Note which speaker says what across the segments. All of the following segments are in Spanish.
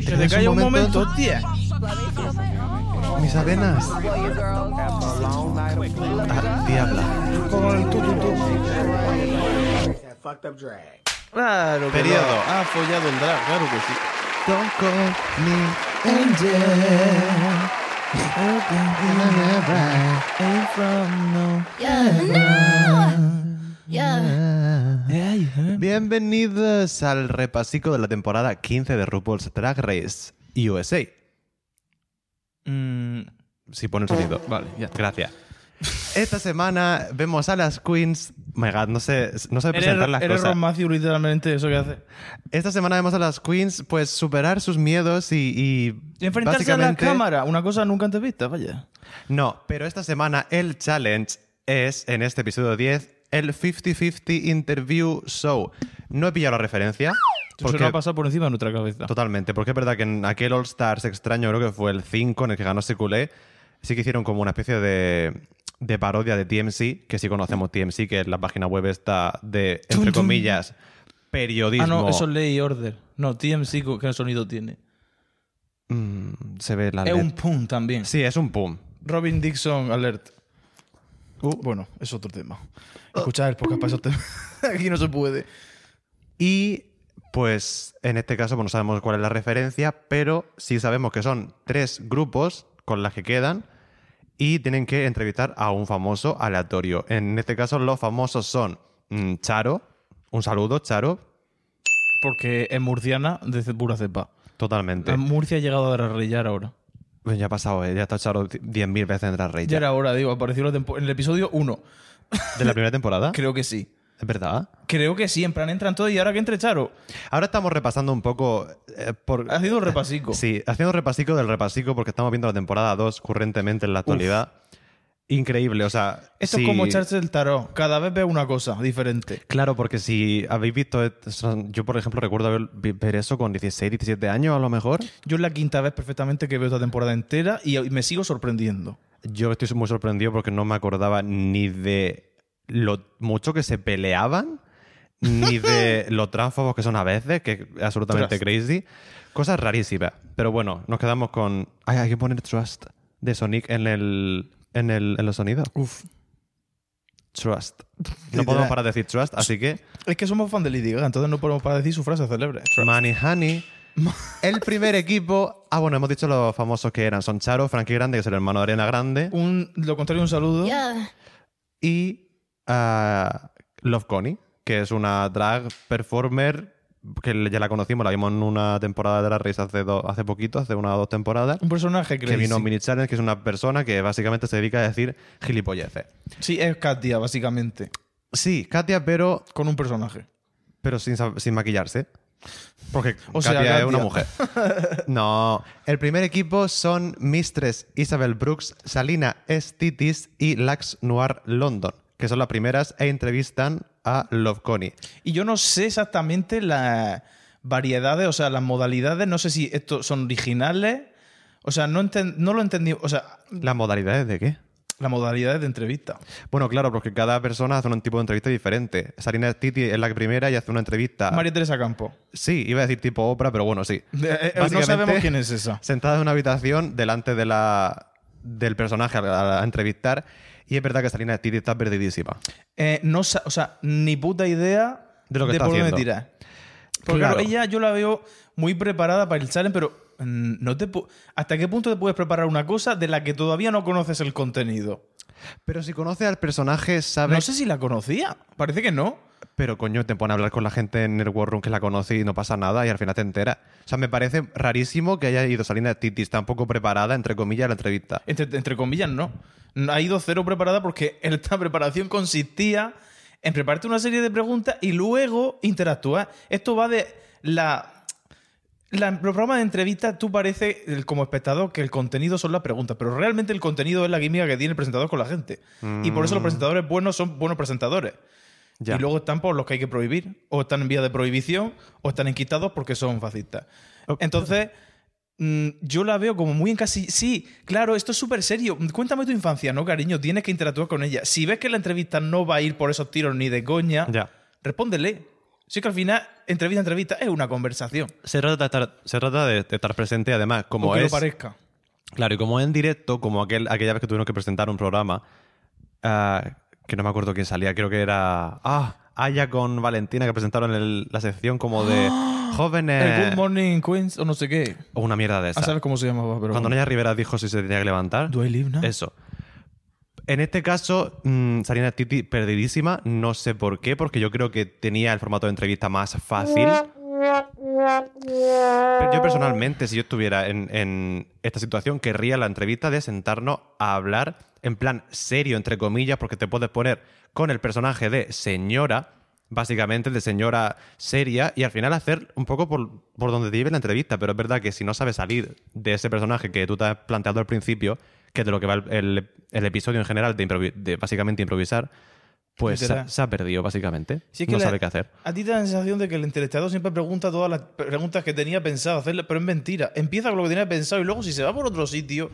Speaker 1: Se te cae un momento, tía.
Speaker 2: Mis arenas. diabla.
Speaker 1: Con el tu, tu, tu. Claro, que
Speaker 2: Periodo.
Speaker 1: no. Ah, follado el drag, claro que sí.
Speaker 2: Don't call me angel. Ain't from no- Bienvenidos al repasico de la temporada 15 de RuPaul's Drag Race USA.
Speaker 1: Mm, Oh,
Speaker 2: Si pone el sonido.
Speaker 1: vale, ya.
Speaker 2: Gracias. Esta semana vemos a las queens. My God, no sé, no sé
Speaker 1: Eres,
Speaker 2: presentar las
Speaker 1: eres
Speaker 2: cosas.
Speaker 1: Ron Matthew, literalmente, eso que hace.
Speaker 2: Esta semana vemos a las queens pues superar sus miedos y, y
Speaker 1: Enfrentarse a la
Speaker 2: básicamente-
Speaker 1: cámara, una cosa nunca antes vista, vaya.
Speaker 2: No, pero esta semana el challenge es, en este episodio 10, el 50-50 Interview Show. No he pillado la referencia.
Speaker 1: Eso no ha pasado por encima de nuestra cabeza.
Speaker 2: Totalmente, porque es verdad que en aquel All Stars extraño, creo que fue el 5 en el que ganó Seculé, sí que hicieron como una especie de, de parodia de TMC, que sí conocemos TMC, que es la página web esta de, entre comillas, periodismo.
Speaker 1: Ah, no, eso es Ley y Order. No, TMC, co- ¿qué sonido tiene?
Speaker 2: Mm, se ve la
Speaker 1: Es
Speaker 2: let-
Speaker 1: un pum también.
Speaker 2: Sí, es un pum.
Speaker 1: Robin Dixon Alert. Uh, bueno, es otro tema. Escuchar el podcast para esos temas. Aquí no se puede.
Speaker 2: Y pues en este caso pues, no sabemos cuál es la referencia, pero sí sabemos que son tres grupos con las que quedan y tienen que entrevistar a un famoso aleatorio. En este caso los famosos son mm, Charo, un saludo Charo,
Speaker 1: Porque es murciana desde pura cepa.
Speaker 2: totalmente.
Speaker 1: A Murcia ha llegado a rarrillar ahora.
Speaker 2: Bueno, ya ha pasado, eh, ya está Charo 10.000 veces en Drag Race
Speaker 1: Ya
Speaker 2: ya.
Speaker 1: era hora, digo, apareció la tempo- en el episodio 1.
Speaker 2: de la primera temporada.
Speaker 1: Creo que sí.
Speaker 2: Es verdad.
Speaker 1: Creo que sí, en plan entran todos y ahora que entre Charo.
Speaker 2: Ahora estamos repasando un poco eh, por
Speaker 1: Ha sido un repasico.
Speaker 2: Sí, haciendo un repasico del repasico porque estamos viendo la temporada 2 currentemente en la actualidad. Increíble, o sea...
Speaker 1: Esto
Speaker 2: si-
Speaker 1: es como echarse el tarot. Cada vez ves una cosa diferente.
Speaker 2: Claro, porque si habéis visto... et- son- Yo, por ejemplo, recuerdo haber- vi- ver eso con 16, 17 años a lo mejor.
Speaker 1: Yo es la quinta vez perfectamente que veo esta temporada entera y y me sigo sorprendiendo.
Speaker 2: Yo estoy muy sorprendido porque no me acordaba ni de lo mucho que se peleaban, ni de lo tránsfobos que son a veces, que es absolutamente
Speaker 1: Trust.
Speaker 2: crazy. Cosas rarísimas. Pero bueno, nos quedamos con... Ay, hay que poner Trust de Sonic en el... En, el, en los sonidos.
Speaker 1: Uf.
Speaker 2: Trust. No
Speaker 1: Literal.
Speaker 2: podemos parar de decir trust, así que
Speaker 1: Es que somos fan de Lady Gaga, entonces no podemos para decir su frase célebre.
Speaker 2: Money Honey. El primer equipo. Ah, bueno, hemos dicho los famosos que eran. Son Charo, Frankie Grande, que es el hermano de Ariana Grande.
Speaker 1: Un, lo contrario, un saludo.
Speaker 2: Y ah, Love Connie, que es una drag performer que ya la conocimos, la vimos en una temporada de la Race hace, do- hace poquito, hace una o dos temporadas.
Speaker 1: Un personaje
Speaker 2: Que
Speaker 1: crazy.
Speaker 2: vino a Mini Challenge, que es una persona que básicamente se dedica a decir gilipolleces.
Speaker 1: Sí, es Katia, básicamente.
Speaker 2: Sí, Katia, pero,
Speaker 1: Con un personaje.
Speaker 2: pero sin, sab- sin maquillarse. Porque
Speaker 1: O sea,
Speaker 2: Katia es una
Speaker 1: Katia.
Speaker 2: mujer. No, el primer equipo son Mistress Isabel Brooks, Salina Estitis y Lax Noir London, que son las primeras e entrevistan a Love Connie.
Speaker 1: Y yo no sé exactamente las variedades, o sea, las modalidades. No sé si estos son originales. O sea, no, enten- no lo entendí. O sea,
Speaker 2: ¿Las modalidades de qué?
Speaker 1: las modalidades de entrevista.
Speaker 2: Bueno, claro, porque cada persona hace un tipo de entrevista diferente. Salina Estitis es la primera y hace una entrevista.
Speaker 1: María Teresa Campo.
Speaker 2: Sí, iba a decir tipo Oprah, pero bueno, sí.
Speaker 1: Eh, eh, no
Speaker 2: Básicamente-
Speaker 1: sabemos quién es esa.
Speaker 2: sentada en una habitación delante de la, del personaje a, a entrevistar. Y es verdad que Salina Estitis está perdidísima.
Speaker 1: Eh, no, sa- o sea, ni puta idea
Speaker 2: De lo que está
Speaker 1: por dónde
Speaker 2: haciendo.
Speaker 1: tirar. Porque claro,
Speaker 2: Claro.
Speaker 1: ella yo la veo muy preparada para el challenge, pero mm, no te pu- ¿hasta qué punto te puedes preparar una cosa de la que todavía no conoces el contenido?
Speaker 2: Pero si conoce al personaje, sabe
Speaker 1: No sé si la conocía, parece que no.
Speaker 2: Pero coño, te pone a hablar con la gente en el War Room que la conoce y no pasa nada y al final te entera. O sea, me parece rarísimo que haya ido Salina Titis tan poco preparada, entre comillas, a la entrevista.
Speaker 1: Entre, entre comillas, no. Ha ido cero preparada porque esta preparación consistía en prepararte una serie de preguntas y luego interactúas. Esto va de la... La, los programas de entrevista, tú parece el- como espectador que el contenido son las preguntas, pero realmente el contenido es la química que tiene el presentador con la gente. Y por eso los presentadores buenos son buenos presentadores.
Speaker 2: Ya.
Speaker 1: Y luego están por los que hay que prohibir, o están en vía de prohibición, o están enquitados porque son fascistas.
Speaker 2: Oh.
Speaker 1: Entonces, mm, yo la veo como muy en casi. Sí, claro, esto es súper serio. Cuéntame tu infancia, ¿no, cariño? Tienes que interactuar con ella. Si ves que la entrevista no va a ir por esos tiros ni de coña,
Speaker 2: Ya.
Speaker 1: respóndele. Sí que al final, entrevista entrevista es una conversación.
Speaker 2: Se trata, de estar, se trata de, de estar presente, además, como
Speaker 1: aunque
Speaker 2: es.
Speaker 1: lo parezca.
Speaker 2: Claro, y como en directo, como aquel, aquella vez que tuvieron que presentar un programa, ah, que no me acuerdo quién salía, creo que era. Ah, Aya con Valentina, que presentaron el- la sección como de
Speaker 1: El
Speaker 2: jóvenes.
Speaker 1: Good Morning Queens o no sé qué.
Speaker 2: O una mierda de
Speaker 1: A
Speaker 2: esa.
Speaker 1: saber cómo se llamaba, pero.
Speaker 2: Cuando Naya Rivera dijo si se tenía que levantar.
Speaker 1: Do I live now?
Speaker 2: Eso. En este caso, mm, Sarina Titi perdidísima, no sé por qué, porque yo creo que tenía el formato de entrevista más fácil. Pero yo personalmente, si yo estuviera en, en esta situación, querría la entrevista de sentarnos a hablar en plan serio, entre comillas, porque te puedes poner con el personaje de señora, básicamente de señora seria, y al final hacer un poco por, por donde te lleve la entrevista. Pero es verdad que si no sabes salir de ese personaje que tú te has planteado al principio, que es de lo que va el, el- el episodio en general, de, improvi- de básicamente improvisar, pues se,
Speaker 1: Literal.
Speaker 2: se ha perdido, básicamente.
Speaker 1: Si es que
Speaker 2: no
Speaker 1: la-
Speaker 2: sabe qué hacer.
Speaker 1: A ti te da la sensación de que el entrevistador siempre pregunta todas las preguntas que tenía pensado hacerle, pero es mentira. Empieza con lo que tenía pensado y luego si se va por otro sitio,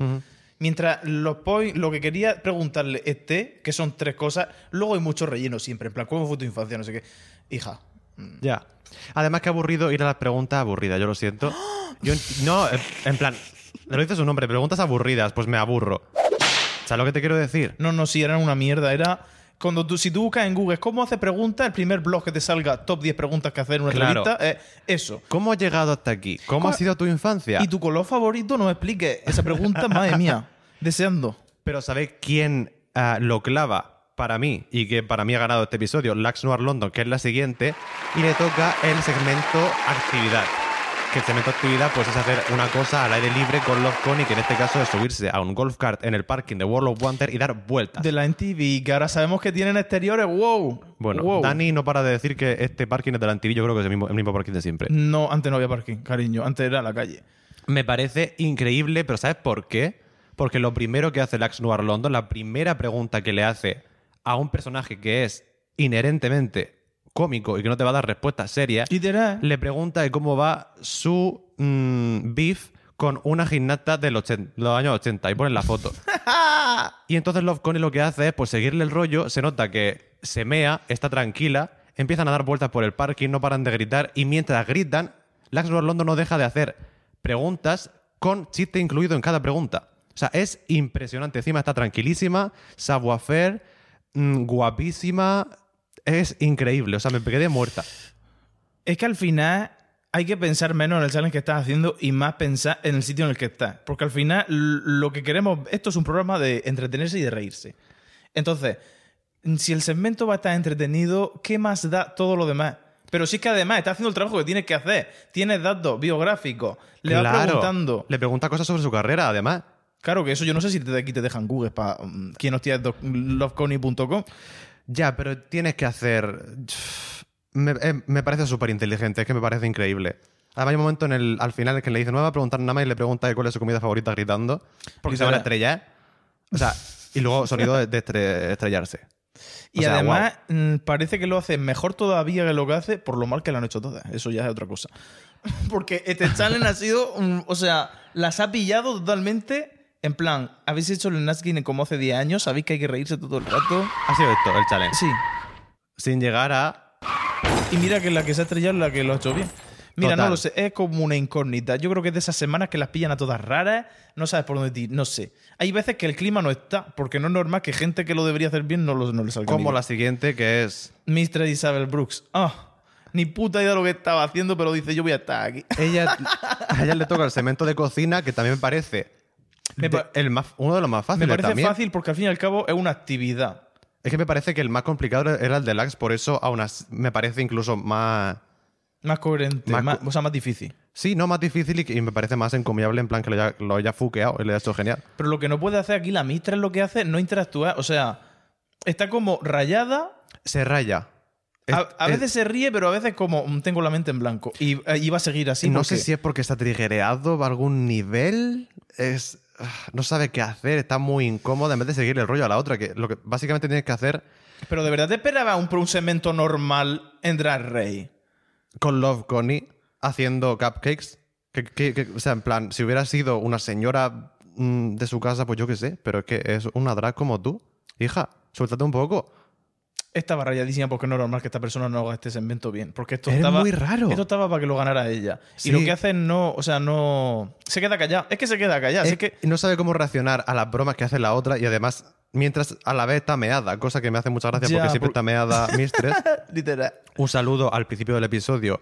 Speaker 1: mientras los points, lo que quería preguntarle esté, que son tres cosas, luego hay mucho relleno siempre, en plan, ¿cómo fue tu infancia? No sé qué. Hija.
Speaker 2: Ya. Además que aburrido ir a las preguntas aburridas, yo lo siento. Yo en- no, en- en plan, le lo dice su nombre, preguntas aburridas, pues me aburro. ¿Sabes lo que te quiero decir?
Speaker 1: No, no, sí, era una mierda. Era. Cuando tú, si tú buscas en Google cómo hace preguntas, el primer blog que te salga, top 10 preguntas que hacer en una
Speaker 2: Claro.
Speaker 1: entrevista, es eso.
Speaker 2: ¿Cómo has llegado hasta aquí? ¿Cómo ha sido tu infancia?
Speaker 1: Y tu color favorito, no me expliques. Esa pregunta, madre mía. Deseando.
Speaker 2: Pero ¿sabéis quién ah, lo clava para mí y que para mí ha ganado este episodio? Lax Noir London, que es la siguiente, y le toca el segmento actividad. Que el segmento actividad pues es hacer una cosa al aire libre con los coni, que en este caso es subirse a un golf cart en el parking de World of Wonder y dar vueltas.
Speaker 1: De la NTV, que ahora sabemos que tienen exteriores. ¡Wow!
Speaker 2: Bueno,
Speaker 1: Wow.
Speaker 2: Dani no para de decir que este parking es delante y yo creo que es el mismo, el mismo parking de siempre.
Speaker 1: No, antes no había parking, cariño. Antes era la calle.
Speaker 2: Me parece increíble, pero ¿sabes por qué? Porque lo primero que hace Lax Noir London, la primera pregunta que le hace a un personaje que es inherentemente cómico y que no te va a dar respuestas serias,
Speaker 1: Literal.
Speaker 2: le pregunta de cómo va su mm, beef con una gimnasta de los, años 80 y ponen la foto. y entonces Love Connie lo que hace es pues seguirle el rollo, se nota que se mea, está tranquila, empiezan a dar vueltas por el parking, no paran de gritar y mientras gritan, Laxlord London no deja de hacer preguntas con chiste incluido en cada pregunta. O sea, es impresionante. Encima está tranquilísima, savoir-faire, mm, guapísima. Es increíble. O sea, me quedé muerta.
Speaker 1: Es que al final hay que pensar menos en el challenge que estás haciendo y más pensar en el sitio en el que estás. Porque al final l- lo que queremos, esto es un programa de entretenerse y de reírse. Entonces, si el segmento va a estar entretenido, ¿qué más da todo lo demás? Pero si es que además estás haciendo el trabajo que tienes que hacer, tienes datos biográficos, le vas
Speaker 2: Claro.
Speaker 1: preguntando.
Speaker 2: Le pregunta cosas sobre su carrera, además.
Speaker 1: Claro que eso yo no sé si te, aquí te dejan Google para quien hostia es doc- loveconi.com.
Speaker 2: Ya, pero tienes que hacer. Me, eh, me parece súper inteligente, es que me parece increíble. Además, hay un momento en el, al final en el que le dice: No me va a preguntar nada más y le pregunta que cuál es su comida favorita gritando. Porque se van a estrellar. O sea, y luego sonido de, de estre- estrellarse.
Speaker 1: Y
Speaker 2: O sea,
Speaker 1: además mm, parece que lo hace mejor todavía que lo que hace por lo mal que lo han hecho todas. Eso ya es otra cosa. Porque este challenge ha sido, mm, o sea, las ha pillado totalmente en plan, habéis hecho el Naskin como hace 10 años, sabéis que hay que reírse todo el rato.
Speaker 2: Ha sido esto el challenge.
Speaker 1: Sí.
Speaker 2: Sin llegar a.
Speaker 1: Y mira que la que se ha estrellado es la que lo ha hecho bien. Mira,
Speaker 2: Total.
Speaker 1: no lo sé, es como una incógnita. Yo creo que es de esas semanas que las pillan a todas raras, no sabes por dónde ir, no sé. Hay veces que el clima no está, porque no es normal que gente que lo debería hacer bien no, lo, no le salga
Speaker 2: Como
Speaker 1: bien.
Speaker 2: la siguiente, que es.
Speaker 1: Mr. Isabel Brooks. Ah, ni puta idea de lo que estaba haciendo, pero dice, yo voy a estar aquí.
Speaker 2: Ella, a ella le toca el cemento de cocina, que también me parece.
Speaker 1: Me
Speaker 2: de-
Speaker 1: pa-
Speaker 2: el más, uno de los más
Speaker 1: Me
Speaker 2: fáciles
Speaker 1: parece
Speaker 2: también.
Speaker 1: fácil porque al fin y al cabo es una actividad.
Speaker 2: Es que me parece que el más complicado era el deluxe, por eso aún así me parece incluso más...
Speaker 1: Más coherente,
Speaker 2: Más
Speaker 1: más-
Speaker 2: co-
Speaker 1: o sea, más difícil.
Speaker 2: Sí, no más difícil y, que- y me parece más encomiable en plan que lo haya, lo haya fuqueado y lo haya hecho genial.
Speaker 1: Pero lo que no puede hacer aquí la Mistra es lo que hace, no interactúa. O sea, está como rayada
Speaker 2: se raya. Es-
Speaker 1: A, a
Speaker 2: es-
Speaker 1: veces se ríe, pero a veces como mm, tengo la mente en blanco. Y, eh, y va a seguir así.
Speaker 2: no
Speaker 1: porque-
Speaker 2: sé si es porque está triggereado a algún nivel. Es. ah, No sabe qué hacer, está muy incómoda en vez de seguir el rollo a la otra, que lo que básicamente tienes que hacer
Speaker 1: Pero de verdad te esperaba un, un segmento normal en Drag Race.
Speaker 2: con Love Connie haciendo cupcakes. Que, que- que- o sea, en plan, si hubiera sido una señora mm, de su casa, pues yo qué sé, pero es que es una drag como tú. Hija, suéltate un poco.
Speaker 1: Estaba rayadísima porque no era normal que esta persona no haga este segmento bien. Porque esto
Speaker 2: Es
Speaker 1: estaba.
Speaker 2: muy raro.
Speaker 1: Esto estaba para que lo ganara ella.
Speaker 2: Sí.
Speaker 1: Y lo que hace es no. O sea, no. Se queda callado. Es que se queda callado.
Speaker 2: Es-
Speaker 1: Es que.
Speaker 2: y No sabe cómo reaccionar a las bromas que hace la otra y además, mientras a la vez está meada, cosa que me hace mucha gracia
Speaker 1: Ya,
Speaker 2: porque siempre
Speaker 1: por-
Speaker 2: está meada Mistress.
Speaker 1: Literal.
Speaker 2: Un saludo al principio del episodio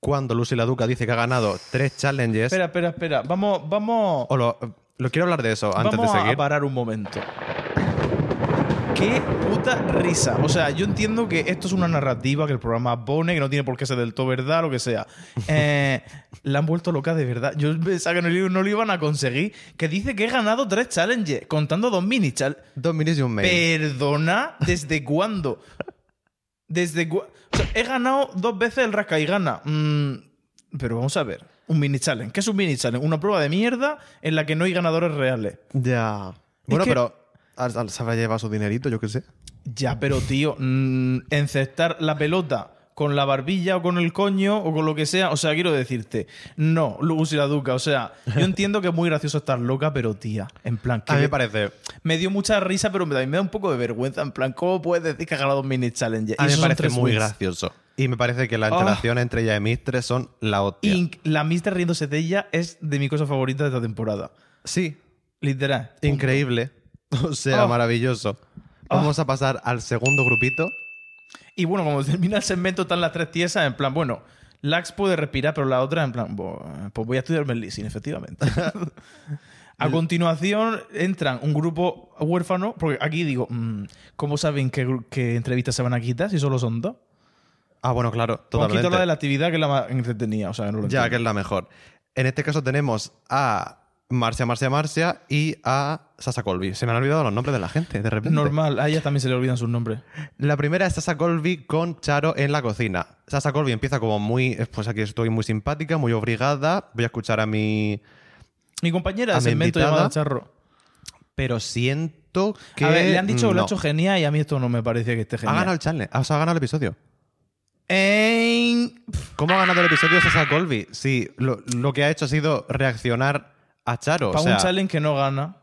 Speaker 2: cuando Lucy la Duca dice que ha ganado tres challenges.
Speaker 1: Espera, espera, espera. Vamos, vamos.
Speaker 2: O lo, lo quiero hablar de eso antes
Speaker 1: Vamos
Speaker 2: de
Speaker 1: a-
Speaker 2: seguir.
Speaker 1: a parar un momento. Qué puta risa. O sea, yo entiendo que esto es una narrativa que el programa pone, que no tiene por qué ser del todo verdad, lo que sea. Eh, la han vuelto loca de verdad. Yo pensaba que no, lo- no lo iban a conseguir. Que dice que he ganado tres challenges, contando dos mini challenges.
Speaker 2: Dos minis y un mail.
Speaker 1: Perdona, ¿desde cuándo? ¿Desde cua- o sea, he ganado dos veces el rasca y gana. Mm, pero vamos a ver. Un mini challenge. ¿Qué es un mini challenge? Una prueba de mierda en la que no hay ganadores reales.
Speaker 2: Ya. Bueno,
Speaker 1: que-
Speaker 2: pero al- al- se habrá llevado su dinerito, yo qué sé.
Speaker 1: Ya, pero tío, mm, encestar la pelota con la barbilla o con el coño o con lo que sea, o sea, quiero decirte, no, Lucy la Duca, o sea, yo entiendo que es muy gracioso estar loca, pero tía, en plan, que
Speaker 2: A mí
Speaker 1: me,
Speaker 2: me parece.
Speaker 1: me dio mucha risa, pero me, también me da un poco de vergüenza, en plan, ¿cómo puedes decir que has ganado un mini challenge?
Speaker 2: A
Speaker 1: Esos
Speaker 2: mí me
Speaker 1: son
Speaker 2: parece
Speaker 1: tres
Speaker 2: muy
Speaker 1: wins.
Speaker 2: gracioso. Y me parece que la
Speaker 1: Ah.
Speaker 2: interacción entre ella y Mistress son la hostia.
Speaker 1: Inc- la Mister riéndose de ella es de mi cosa favorita de esta temporada.
Speaker 2: Sí,
Speaker 1: Literal.
Speaker 2: increíble. O sea,
Speaker 1: Ah.
Speaker 2: maravilloso. Vamos a pasar al segundo grupito.
Speaker 1: Y bueno, como termina el segmento, están las tres tiesas en plan, bueno, Lax puede respirar, pero la otra en plan, bo- pues voy a estudiar medicina, efectivamente. a continuación entran un grupo huérfano, porque aquí digo, mm, ¿cómo saben qué, gru- qué entrevistas se van a quitar si solo son dos?
Speaker 2: Ah, bueno, claro,
Speaker 1: Pues
Speaker 2: totalmente.
Speaker 1: quito la de la actividad que es la más entretenida, o sea, no lo
Speaker 2: Ya, que
Speaker 1: entiendo.
Speaker 2: es la mejor. En este caso tenemos a Marcia, Marcia, Marcia y a Sasa Colby. Se me han olvidado los nombres de la gente, de repente.
Speaker 1: Normal, a ellas también se le olvidan sus nombres.
Speaker 2: La primera es Sasa Colby con Charo en la cocina. Sasa Colby empieza como muy, eh, pues aquí estoy muy simpática, muy obrigada, voy a escuchar a mi...
Speaker 1: Mi compañera
Speaker 2: A
Speaker 1: de
Speaker 2: mi
Speaker 1: segmento
Speaker 2: invitada.
Speaker 1: llamada Charro.
Speaker 2: Pero siento que...
Speaker 1: A ver, le han dicho que lo
Speaker 2: no.
Speaker 1: ha hecho genial y a mí esto no me parece que esté
Speaker 2: Ha ganado
Speaker 1: genial.
Speaker 2: el challenge, o sea, ha ganado el episodio.
Speaker 1: En-
Speaker 2: ¿Cómo ha ganado el episodio Sasa Colby? Sí, lo, lo que ha hecho ha sido reaccionar a Charo.
Speaker 1: Para
Speaker 2: o sea,
Speaker 1: un challenge que no gana.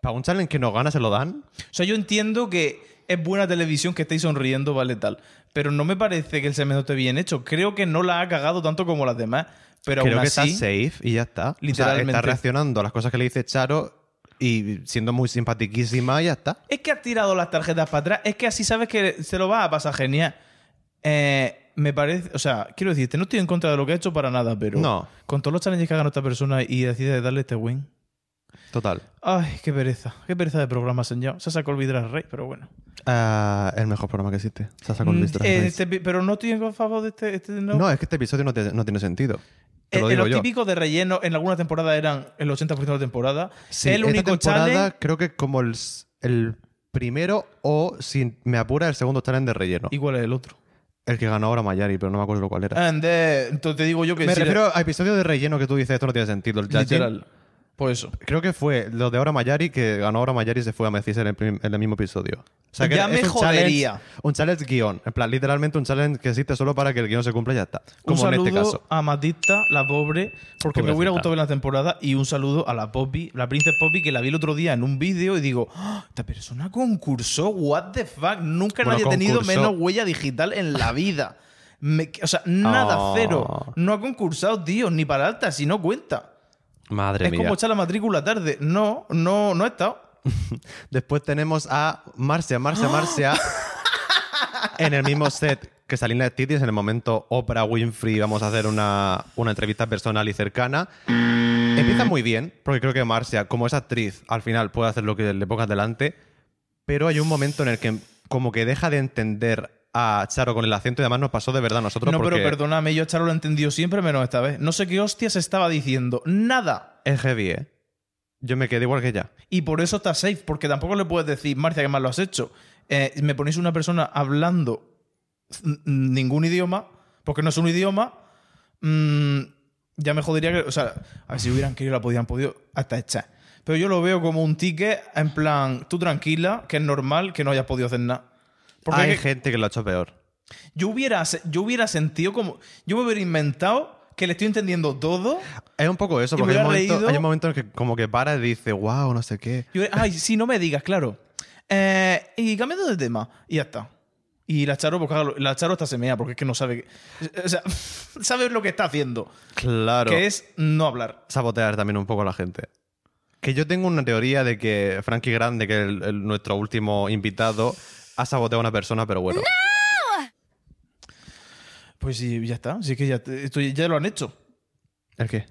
Speaker 2: Para un challenge que no gana, ¿se lo dan?
Speaker 1: O sea, yo entiendo que es buena televisión que estéis sonriendo, vale tal. Pero no me parece que el segmento esté bien hecho. Creo que no la ha cagado tanto como las demás. Pero
Speaker 2: Creo
Speaker 1: aún
Speaker 2: que
Speaker 1: así,
Speaker 2: está safe y ya está. O sea,
Speaker 1: Literalmente.
Speaker 2: está reaccionando a las cosas que le dice Charo y siendo muy simpatiquísima y ya está.
Speaker 1: es que has tirado las tarjetas para atrás. Es que así sabes que se lo va a pasar genial. Eh, me parece, o sea, quiero decirte, no estoy en contra de lo que ha hecho para nada, pero
Speaker 2: No.
Speaker 1: con todos los challenges que ha ganado esta persona y decide darle este win.
Speaker 2: Total.
Speaker 1: Ay, qué pereza, qué pereza de programa, señor. Se sacó el vidrio al rey, pero bueno.
Speaker 2: Ah, el mejor programa que existe. Sasa
Speaker 1: Mm,
Speaker 2: Colby Drag
Speaker 1: eh,
Speaker 2: Race.
Speaker 1: este pi- pero no estoy en favor de este, este no.
Speaker 2: No, es que este episodio no, te- no tiene sentido. Te
Speaker 1: Eh,
Speaker 2: lo
Speaker 1: eh,
Speaker 2: digo
Speaker 1: los
Speaker 2: yo.
Speaker 1: típicos de relleno en alguna temporada eran el 80% de la temporada.
Speaker 2: Sí,
Speaker 1: el
Speaker 2: esta
Speaker 1: único
Speaker 2: temporada
Speaker 1: challenge.
Speaker 2: creo que como el, s- el primero o, si me apura, el segundo challenge de relleno.
Speaker 1: Igual es el otro.
Speaker 2: El que ganó ahora Mayari, pero no me acuerdo cuál era.
Speaker 1: And eh, entonces te digo yo que
Speaker 2: me
Speaker 1: si
Speaker 2: refiero a episodios de relleno que tú dices, esto no tiene sentido. El
Speaker 1: era-
Speaker 2: challenge-
Speaker 1: literal. Pues eso.
Speaker 2: Creo que fue lo de Ahora Mayari, que ganó Ahora Mayari y se fue a Mecis en el, prim- en el mismo episodio. O sea que
Speaker 1: Ya
Speaker 2: es
Speaker 1: me
Speaker 2: un
Speaker 1: jodería.
Speaker 2: Challenge, un challenge guión. En plan, literalmente un challenge que existe solo para que el guión se cumpla y ya está.
Speaker 1: Un
Speaker 2: Como en
Speaker 1: saludo
Speaker 2: este caso.
Speaker 1: a Matista, la pobre, porque me
Speaker 2: Pobrecita.
Speaker 1: hubiera gustado ver la temporada. Y un saludo a la Poppy, la Princess Poppy, que la vi el otro día en un vídeo y digo, "Ah, esta persona concursó, what the fuck, nunca
Speaker 2: Bueno,
Speaker 1: nadie ha tenido
Speaker 2: concursó.
Speaker 1: menos huella digital en la vida. Me- o sea, nada,
Speaker 2: Oh.
Speaker 1: cero. No ha concursado, tío, ni para alta, si no cuenta.
Speaker 2: Madre
Speaker 1: Es
Speaker 2: mía.
Speaker 1: como echar la matrícula tarde. No, no, no he estado.
Speaker 2: Después tenemos a Marcia, Marcia, Marcia en el mismo set que Salina Titis en el momento Oprah Winfrey. Vamos a hacer una, una entrevista personal y cercana. Empieza muy bien, porque creo que Marcia, como es actriz, al final puede hacer lo que le pongas delante, pero hay un momento en el que como que deja de entender a Charo con el acento y además nos pasó de verdad a nosotros.
Speaker 1: no,
Speaker 2: porque
Speaker 1: pero perdóname, yo a Charo lo he entendido siempre menos esta vez. No sé qué hostias estaba diciendo. Nada.
Speaker 2: Es heavy, ¿eh? Yo me quedé igual que ella.
Speaker 1: Y por eso está safe, porque tampoco le puedes decir, Marcia, ¿qué más lo has hecho? eh, me ponéis una persona hablando n- ningún idioma, porque no es un idioma, mm, ya me jodería que. O sea, a ver si hubieran querido, la podían podido hasta echar. Pero yo lo veo como un ticket, en plan, tú tranquila, que es normal que no hayas podido hacer nada. Porque
Speaker 2: Hay
Speaker 1: es que-
Speaker 2: gente que lo ha hecho peor.
Speaker 1: yo hubiera, se- yo hubiera sentido como. Yo me hubiera inventado que le estoy entendiendo todo.
Speaker 2: Es un poco eso,
Speaker 1: Y me
Speaker 2: porque hay un,
Speaker 1: hubiera
Speaker 2: momento,
Speaker 1: reído.
Speaker 2: hay un momento en que como que para y dice, wow, no sé qué.
Speaker 1: Yo, ay, si no me digas, claro. Eh, y cambiando de tema, y ya está. Y la Charo, pues, claro, la Charo está semea porque es que no sabe. que- o sea, sabe lo que está haciendo,
Speaker 2: Claro.
Speaker 1: que es no hablar.
Speaker 2: sabotear también un poco a la gente. Que yo tengo una teoría de que Frankie Grande, que es el- el- nuestro último invitado, ha saboteado a una persona, pero bueno.
Speaker 1: Pues sí, ya está. Sí que ya, esto ya lo han hecho.
Speaker 2: ¿El qué?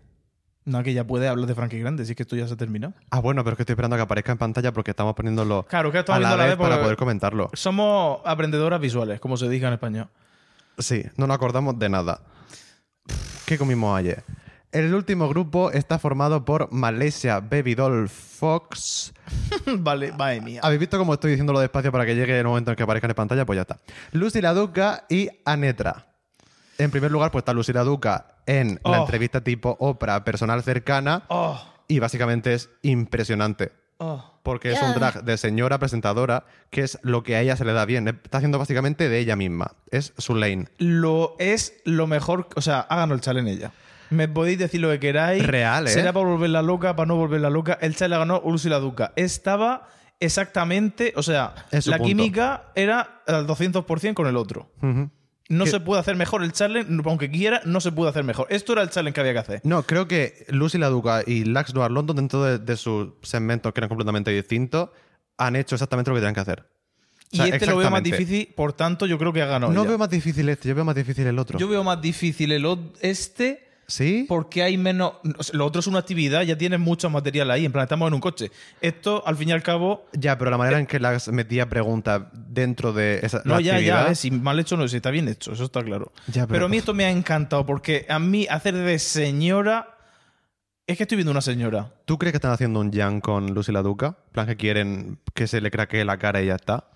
Speaker 1: No, que ya puede hablar de Frankie Grande, sí que esto ya se ha terminado.
Speaker 2: Ah, bueno, pero es que estoy esperando a que aparezca en pantalla porque estamos poniéndolo
Speaker 1: Claro, que
Speaker 2: a
Speaker 1: estamos
Speaker 2: la
Speaker 1: viendo
Speaker 2: vez
Speaker 1: porque
Speaker 2: para poder comentarlo.
Speaker 1: somos aprendedoras visuales, como se dice en español.
Speaker 2: Sí, no nos acordamos de nada. ¿Qué comimos ayer? El último grupo está formado por Malaysia, Baby Doll, Fox,
Speaker 1: vale, vaya mía.
Speaker 2: ¿Habéis visto cómo estoy diciéndolo despacio para que llegue el momento en que aparezca en pantalla? Pues ya está. Lucy la Duca y Anetra. En primer lugar, pues está Lucy la Duca en la
Speaker 1: Oh.
Speaker 2: entrevista tipo Oprah personal cercana
Speaker 1: Oh,
Speaker 2: y básicamente es impresionante.
Speaker 1: oh.
Speaker 2: Porque es un drag de señora presentadora que es lo que a ella se le da bien. Está haciendo básicamente de ella misma. Es su lane.
Speaker 1: lo es lo mejor. O sea, háganos el challenge ella. Me podéis decir lo que queráis.
Speaker 2: Real, ¿eh?
Speaker 1: Será para volverla loca, para no volverla loca. El challenge la ganó Úrsula Duca. Estaba exactamente. O sea,
Speaker 2: En su
Speaker 1: la
Speaker 2: punto.
Speaker 1: química era al 200% con el otro.
Speaker 2: Ujú.
Speaker 1: No
Speaker 2: Que-
Speaker 1: se puede hacer mejor el challenge, aunque quiera, no se puede hacer mejor. Esto era el challenge que había que hacer.
Speaker 2: No, creo que Lucy la Duca y Lax Noir London, dentro de, de sus segmentos que eran completamente distintos, han hecho exactamente lo que tenían que hacer. O sea,
Speaker 1: y este lo veo más
Speaker 2: exactamente.
Speaker 1: difícil, por tanto, yo creo que ha ganado.
Speaker 2: No
Speaker 1: ella.
Speaker 2: veo más difícil este, yo veo más difícil el otro.
Speaker 1: Yo veo más difícil el ot- este
Speaker 2: ¿Sí?
Speaker 1: porque hay menos. o sea, lo otro es una actividad, ya tienes mucho material ahí. En plan, estamos en un coche. Esto, al fin y al cabo,
Speaker 2: Ya, pero la manera en que las metía preguntas dentro de esa
Speaker 1: Eh. No,
Speaker 2: la
Speaker 1: ya,
Speaker 2: actividad- Ah,
Speaker 1: ya, eh, si mal hecho no, si está bien hecho, eso está claro.
Speaker 2: Ya,
Speaker 1: pero... a mí esto me ha encantado porque a mí hacer de señora. Es que estoy viendo una señora.
Speaker 2: ¿Tú crees que están haciendo un Jan con Lucy la Duca? En plan que quieren que se le craquee la cara y ya está.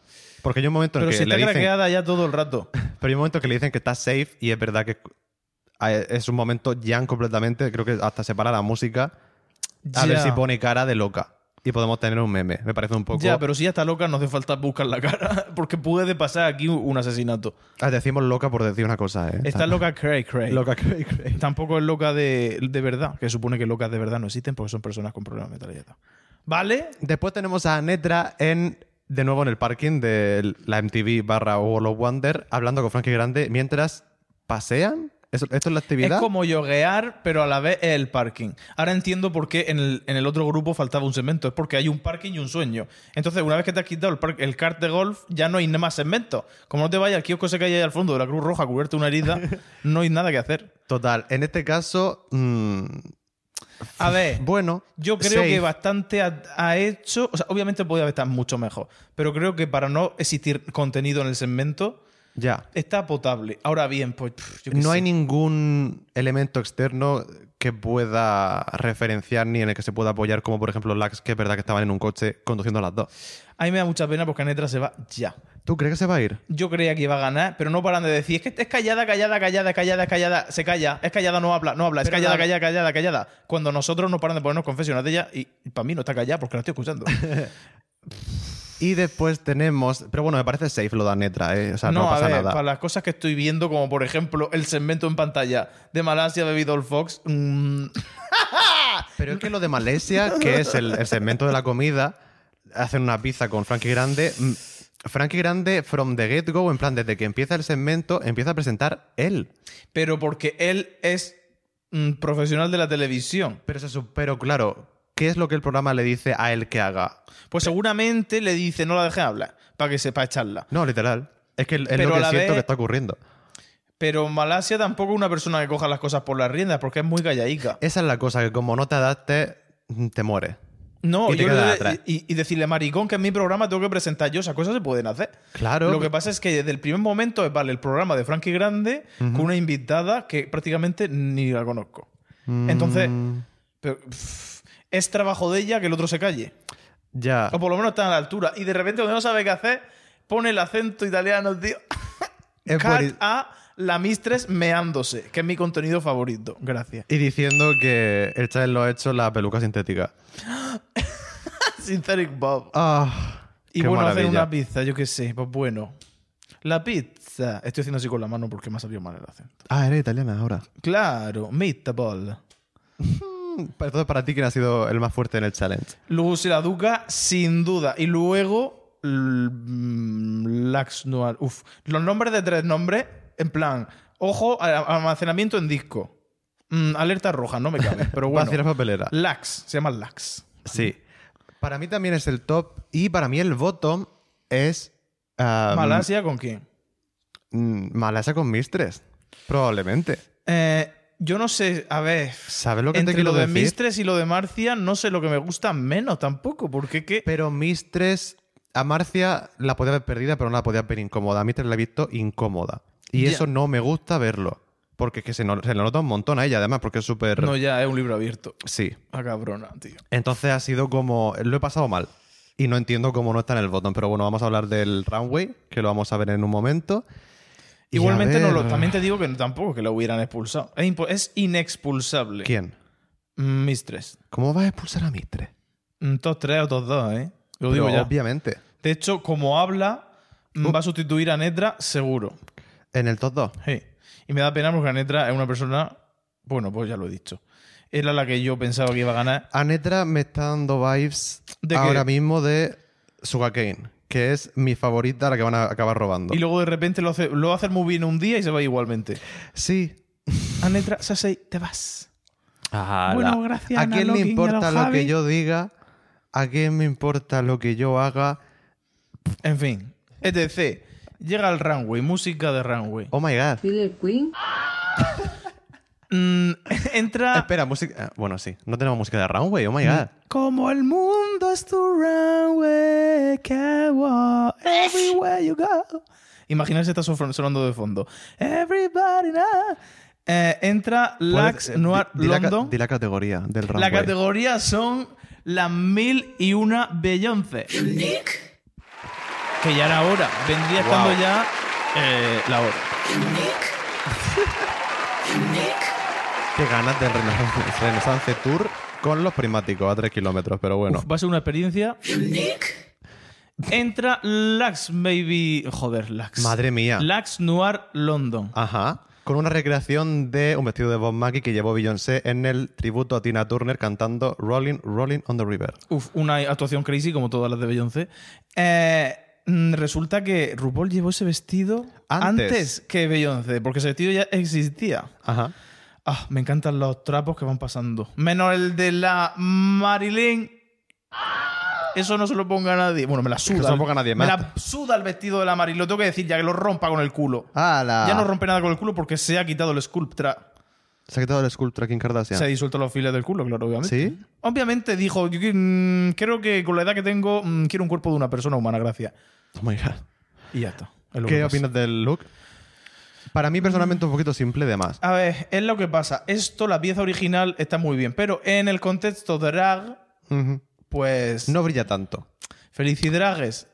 Speaker 2: Porque hay un momento en
Speaker 1: Pero
Speaker 2: que
Speaker 1: si está
Speaker 2: le dicen,
Speaker 1: craqueada ya todo el rato.
Speaker 2: pero hay un momento que le dicen que está safe y es verdad que a- es un momento Jan completamente, creo que hasta separa la música a ver
Speaker 1: Ya.
Speaker 2: si pone cara de loca y podemos tener un meme. Me parece un poco
Speaker 1: Ya, pero si ya está loca, no hace falta buscar la cara. Porque puede pasar aquí un- un asesinato.
Speaker 2: Ah, decimos loca por decir una cosa, ¿eh?
Speaker 1: Está loca Cray Cray.
Speaker 2: loca cray, cray.
Speaker 1: Tampoco es loca de, de verdad, que supone que locas de verdad no existen porque son personas con problemas mentales. y ya está. ¿Vale?
Speaker 2: Después tenemos a Netra en de nuevo en el parking de la MTV barra World of Wonder hablando con Frankie Grande mientras pasean. ¿Eso- ¿Esto es la actividad?
Speaker 1: Es como yoguear, pero a la vez es el parking. Ahora entiendo por qué en el, en el otro grupo faltaba un segmento. Es porque hay un parking y un sueño. Entonces, una vez que te has quitado el, par- el kart de golf, ya no hay más segmentos. Como no te vayas al kiosco ese que hay ahí al fondo de la Cruz Roja a cubrirte una herida, no hay nada que hacer.
Speaker 2: Total, en este caso, mm,
Speaker 1: A ver,
Speaker 2: bueno,
Speaker 1: yo creo
Speaker 2: safe.
Speaker 1: que bastante ha, ha hecho... O sea, obviamente podía estar mucho mejor. Pero creo que para no existir contenido en el segmento,
Speaker 2: ya.
Speaker 1: está potable. Ahora bien, pues... pff, yo qué
Speaker 2: No
Speaker 1: sé.
Speaker 2: hay ningún elemento externo que pueda referenciar ni en el que se pueda apoyar, como por ejemplo Lax, que es verdad que estaban en un coche conduciendo a las dos.
Speaker 1: A mí me da mucha pena porque Anetra se va ya.
Speaker 2: ¿Tú crees que se va a ir?
Speaker 1: Yo creía que iba a ganar, pero no paran de decir, es que es callada, callada, callada, callada, es callada, se calla, es callada, no habla, no habla, es
Speaker 2: Pero
Speaker 1: callada,
Speaker 2: la-
Speaker 1: callada, callada, callada. Cuando nosotros no paran de ponernos confesiones de ella, y, para mí no está callada porque la estoy escuchando.
Speaker 2: Y después tenemos. Pero bueno, me parece safe lo de Netra, ¿eh? O sea, no,
Speaker 1: no, a
Speaker 2: pasa
Speaker 1: ver,
Speaker 2: nada.
Speaker 1: para las cosas que estoy viendo, como por ejemplo el segmento en pantalla de Malasia bebido el Fox, mm,
Speaker 2: Pero es que lo de Malesia, que es el, el segmento de la comida, hacen una pizza con Frankie Grande. Mm, Frankie Grande, from the get-go, en plan, desde que empieza el segmento, empieza a presentar él.
Speaker 1: pero porque él es mm, profesional de la televisión.
Speaker 2: Pero, se su- pero claro, ¿qué es lo que el programa le dice a él que haga?
Speaker 1: Pues seguramente le dice, no la dejes hablar, para que sepa echarla.
Speaker 2: No, literal. Es que es
Speaker 1: Pero
Speaker 2: lo
Speaker 1: a
Speaker 2: que
Speaker 1: la
Speaker 2: siento
Speaker 1: vez-
Speaker 2: que está ocurriendo.
Speaker 1: Pero Malasia tampoco es una persona que coja las cosas por las riendas, porque es muy callaica.
Speaker 2: Esa es la cosa, que como no te adaptes, mm, te mueres.
Speaker 1: No,
Speaker 2: Y te
Speaker 1: yo le-
Speaker 2: quedas atrás.
Speaker 1: y, y decirle, maricón, que en mi programa tengo que presentar yo, esas cosas se pueden hacer.
Speaker 2: Claro.
Speaker 1: Lo que pasa es que desde el primer momento es, vale, el programa de Frankie Grande con una invitada que prácticamente ni la conozco. Entonces,
Speaker 2: Mm,
Speaker 1: pero, pff, es trabajo de ella que el otro se calle.
Speaker 2: ya.
Speaker 1: O por lo menos está a la altura. Y de repente, cuando no sabe qué hacer, pone el acento italiano, tío.
Speaker 2: Es
Speaker 1: Cat
Speaker 2: bueni-
Speaker 1: a la mistress meándose, que es mi contenido favorito. Gracias.
Speaker 2: Y diciendo que el Chávez lo ha hecho la peluca sintética.
Speaker 1: Synthetic Bob.
Speaker 2: Ah,
Speaker 1: Y
Speaker 2: qué
Speaker 1: bueno, hacer
Speaker 2: maravilla.
Speaker 1: una pizza, yo qué sé. Pues bueno. La pizza. Estoy haciendo así con la mano porque me ha salido mal el acento.
Speaker 2: Ah, era italiana ahora.
Speaker 1: Claro, meatball.
Speaker 2: Mm, Entonces, para ti, ¿quién ha sido el más fuerte en el challenge?
Speaker 1: Lucy la Duca, sin duda. Y luego. l- mm, Lax Noir. Uf. Los nombres de tres nombres, en plan. Ojo, a- almacenamiento en disco. Mm, alerta roja, no me cabe. Pero bueno.
Speaker 2: Vaciar papelera.
Speaker 1: Lax, se llama Lax.
Speaker 2: Sí. Para mí también es el top. Y para mí el bottom es. ah,
Speaker 1: ¿Malasia con quién?
Speaker 2: mm, Malasia con Mistress. Probablemente.
Speaker 1: Eh, yo no sé, a ver.
Speaker 2: ¿Sabes lo que te
Speaker 1: entre
Speaker 2: quiero
Speaker 1: lo de
Speaker 2: decir?
Speaker 1: Mistress y lo de Marcia, no sé lo que me gusta menos tampoco, porque que.
Speaker 2: Pero Mistress. A Marcia la podía ver perdida, pero no la podía ver incómoda. A Mistress la he visto incómoda. Y
Speaker 1: Ya.
Speaker 2: eso no me gusta verlo. Porque es que se, no- se le nota un montón a ella, además, porque es súper.
Speaker 1: No, ya, es un libro abierto.
Speaker 2: Sí.
Speaker 1: A cabrona, tío.
Speaker 2: Entonces ha sido como. Lo he pasado mal. Y no entiendo cómo no está en el botón. Pero bueno, vamos a hablar del runway, que lo vamos a ver en un momento. Y a
Speaker 1: Igualmente, no
Speaker 2: ver,
Speaker 1: lo, también te digo que no- tampoco que lo hubieran expulsado. Es, impo- es inexpulsable.
Speaker 2: ¿Quién?
Speaker 1: Mm, Mistress.
Speaker 2: ¿Cómo vas a expulsar a Mitre?
Speaker 1: Mm, Top 3 o top 2, ¿eh? Lo
Speaker 2: Pero Uh.
Speaker 1: digo ya.
Speaker 2: Obviamente.
Speaker 1: De hecho, como habla, mm, va a sustituir a Netra, seguro.
Speaker 2: En el top 2.
Speaker 1: Sí. Y me da pena porque Netra es una persona. Bueno, pues ya lo he dicho. Era la que yo pensaba que iba a ganar.
Speaker 2: A Netra me está dando vibes
Speaker 1: ¿De qué?
Speaker 2: ahora mismo de Sugarcane, que es mi favorita, la que van a acabar robando.
Speaker 1: Y luego de repente lo hace, lo hace muy bien un día y se va igualmente.
Speaker 2: Sí.
Speaker 1: A Netra, Sasei, te vas. Bueno,
Speaker 2: Bueno,
Speaker 1: gracias,
Speaker 2: ¿A
Speaker 1: Ana
Speaker 2: quién le
Speaker 1: Loki y a
Speaker 2: importa
Speaker 1: los
Speaker 2: lo
Speaker 1: Javi?
Speaker 2: que yo diga? ¿A quién me importa lo que yo haga?
Speaker 1: En fin. ETC. Llega el runway, música de runway.
Speaker 2: Oh my god.
Speaker 3: Killer Queen.
Speaker 1: Mm, entra.
Speaker 2: Espera, música. ah, Bueno, sí. No tenemos música de Runway, oh my
Speaker 1: Mm.
Speaker 2: god.
Speaker 1: Como el mundo es tu runway, que walk everywhere you go. Imaginarse está sofron- sonando de fondo. Everybody now. Eh, entra Lax
Speaker 2: Puedes- eh,
Speaker 1: Noir
Speaker 2: di- di la ca-
Speaker 1: London.
Speaker 2: di la categoría del
Speaker 1: La
Speaker 2: Runway.
Speaker 1: categoría son las mil y una Beyoncé. Que ya era hora. Vendría estando
Speaker 2: Wow.
Speaker 1: ya eh, la hora.
Speaker 2: Qué ganas del Renaissance, Renaissance Tour con los prismáticos a 3 kilómetros, pero bueno.
Speaker 1: Uf, va a ser una experiencia. Entra Lax, baby. Joder, Lax.
Speaker 2: Madre mía. Ah.
Speaker 1: Lax Noir London.
Speaker 2: Ajá. Con una recreación de un vestido de Bob Mackie que llevó Beyoncé en el tributo a Tina Turner cantando Rolling, Rolling on the River.
Speaker 1: Uf, una actuación crazy como todas las de Beyoncé. Eh, mm, resulta que RuPaul llevó ese vestido
Speaker 2: Antes.
Speaker 1: que Beyoncé, porque ese vestido ya existía.
Speaker 2: Ajá.
Speaker 1: Ah, me encantan los trapos que van pasando. Menos el de la Marilyn. Eso no se lo ponga a nadie. Bueno, me la suda.
Speaker 2: no se lo
Speaker 1: el-
Speaker 2: ponga nadie
Speaker 1: Me
Speaker 2: más.
Speaker 1: la suda el vestido de la Marilyn. Lo tengo que decir ya que lo rompa con el culo.
Speaker 2: ¡Hala!
Speaker 1: Ya no rompe nada con el culo porque se ha quitado el sculptra.
Speaker 2: Se ha quitado el sculpture Kim Kardashian.
Speaker 1: Se ha disuelto los files del culo, claro, obviamente.
Speaker 2: ¿Sí?
Speaker 1: Obviamente dijo, "Yo que- mm, creo que con la edad que tengo, mm, quiero un cuerpo de una persona humana, gracias.
Speaker 2: Oh my god.
Speaker 1: Y ya está. Es lo que
Speaker 2: ¿Qué
Speaker 1: pasa.
Speaker 2: opinas del look? Para mí personalmente un poquito simple de más.
Speaker 1: A ver, es lo que pasa. Esto, la pieza original, está muy bien. Pero en el contexto de drag,
Speaker 2: Ujú.
Speaker 1: pues...
Speaker 2: No brilla tanto.
Speaker 1: Felicidades.